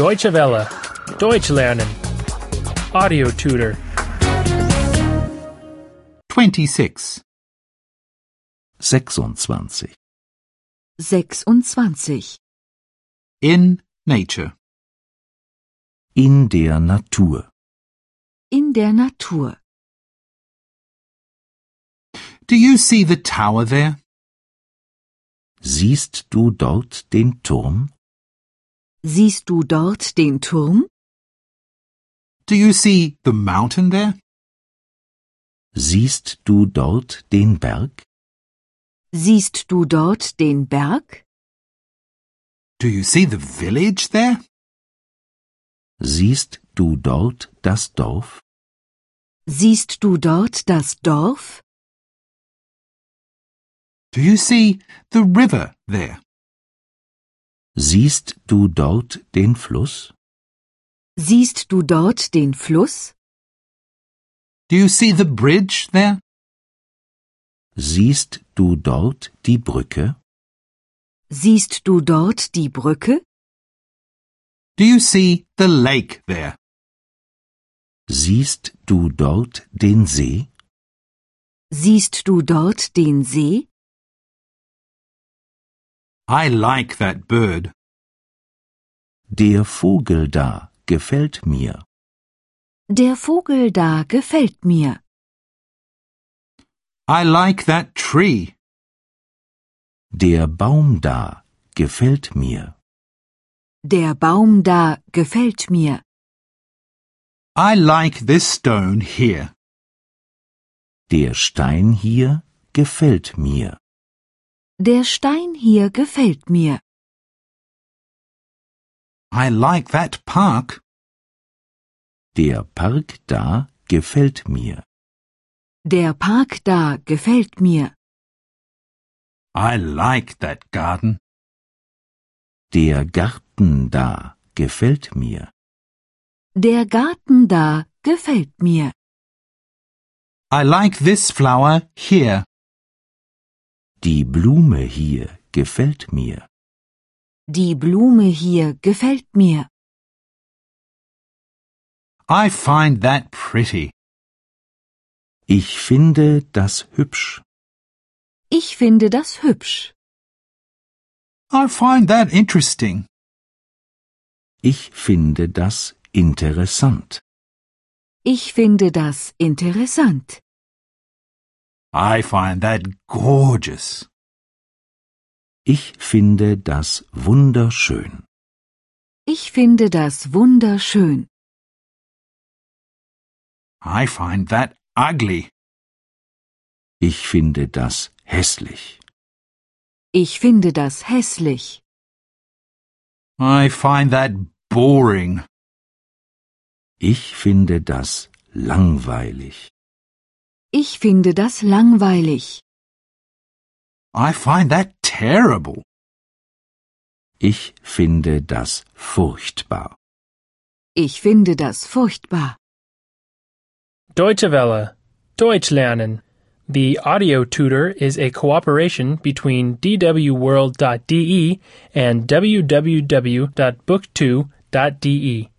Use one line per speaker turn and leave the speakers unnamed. Deutsche Welle. Deutsch lernen. Audio tutor.
26. 26.
26.
In nature. In der Natur.
In der Natur.
Do you see the tower there? Siehst du dort den Turm?
Siehst du dort den Turm?
Do you see the mountain there? Siehst du dort den Berg?
Siehst du dort den Berg?
Do you see the village there? Siehst du dort das Dorf?
Siehst du dort das Dorf?
Do you see the river there?
Siehst du dort den Fluss?
Siehst du dort den Fluss?
Do you see the bridge there?
Siehst du dort die Brücke?
Siehst du dort die Brücke?
Do you see the lake there?
Siehst du dort den See?
Siehst du dort den See?
I like that bird.
Der Vogel da gefällt mir.
Der Vogel da gefällt mir.
I like that tree.
Der Baum da gefällt mir.
Der Baum da gefällt mir.
I like this stone here.
Der Stein hier gefällt mir.
Der Stein hier gefällt mir.
I like that park.
Der Park da gefällt mir.
Der Park da gefällt mir.
I like that garden.
Der Garten da gefällt mir.
Der Garten da gefällt mir.
I like this flower here.
Die Blume hier gefällt mir.
Die Blume hier gefällt mir.
I find that pretty.
Ich finde das hübsch.
Ich finde das hübsch.
I find that interesting.
Ich finde das interessant.
Ich finde das interessant.
I find that gorgeous.
Ich finde das wunderschön.
Ich finde das wunderschön.
I find that ugly.
Ich finde das hässlich.
Ich finde das hässlich.
I find that boring.
Ich finde das langweilig.
Ich finde das langweilig.
I find that terrible.
Ich finde das furchtbar.
Ich finde das furchtbar.
Deutsche Welle. Deutsch lernen. The audio tutor is a cooperation between E dwworld.de and www.book2.de.